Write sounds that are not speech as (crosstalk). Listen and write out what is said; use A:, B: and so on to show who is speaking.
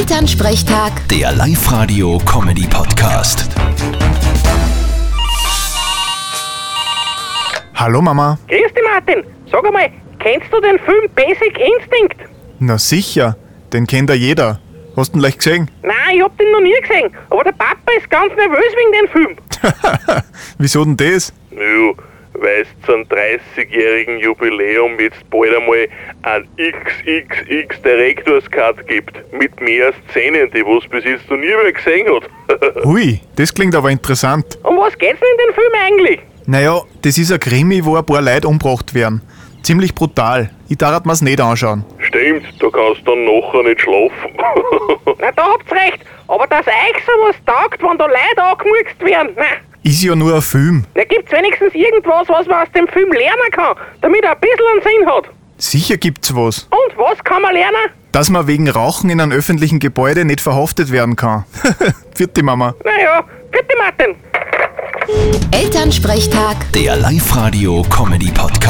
A: Elternsprechtag,
B: Der Live-Radio-Comedy-Podcast.
C: Hallo Mama.
D: Grüß dich, Martin. Sag einmal, kennst du den Film Basic Instinct?
C: Na sicher, den kennt ja jeder. Hast du ihn leicht gesehen?
D: Nein, ich hab den noch nie gesehen. Aber der Papa ist ganz nervös wegen dem Film.
C: Wieso denn das?
E: Ja, weil es zum 30-jährigen Jubiläum jetzt bald einmal ein XXX Direktors-Cut gibt. Mit mehr Szenen, die was bis jetzt noch nie mehr gesehen hat. (laughs)
C: Hui, das klingt aber interessant.
D: Um was geht's denn in dem Film eigentlich?
C: Naja, das ist ein Krimi, wo ein paar Leute umgebracht werden. Ziemlich brutal. Ich darf mir's nicht anschauen.
E: Stimmt, da kannst du dann nachher nicht schlafen.
D: Na, da habt's recht. Aber dass euch sowas taugt, wenn da Leute angemurkst werden, na,
C: Ist ja nur ein Film.
D: da gibt's wenigstens irgendwas, was man aus dem Film lernen kann, damit er ein bisschen einen Sinn hat.
C: Sicher gibt's was.
D: Und was kann man lernen?
C: Dass man wegen Rauchen in einem öffentlichen Gebäude nicht verhaftet werden kann. (laughs) Vierte Mama.
D: Naja, bitte, Martin.
A: Elternsprechtag.
B: Der Live-Radio-Comedy-Podcast.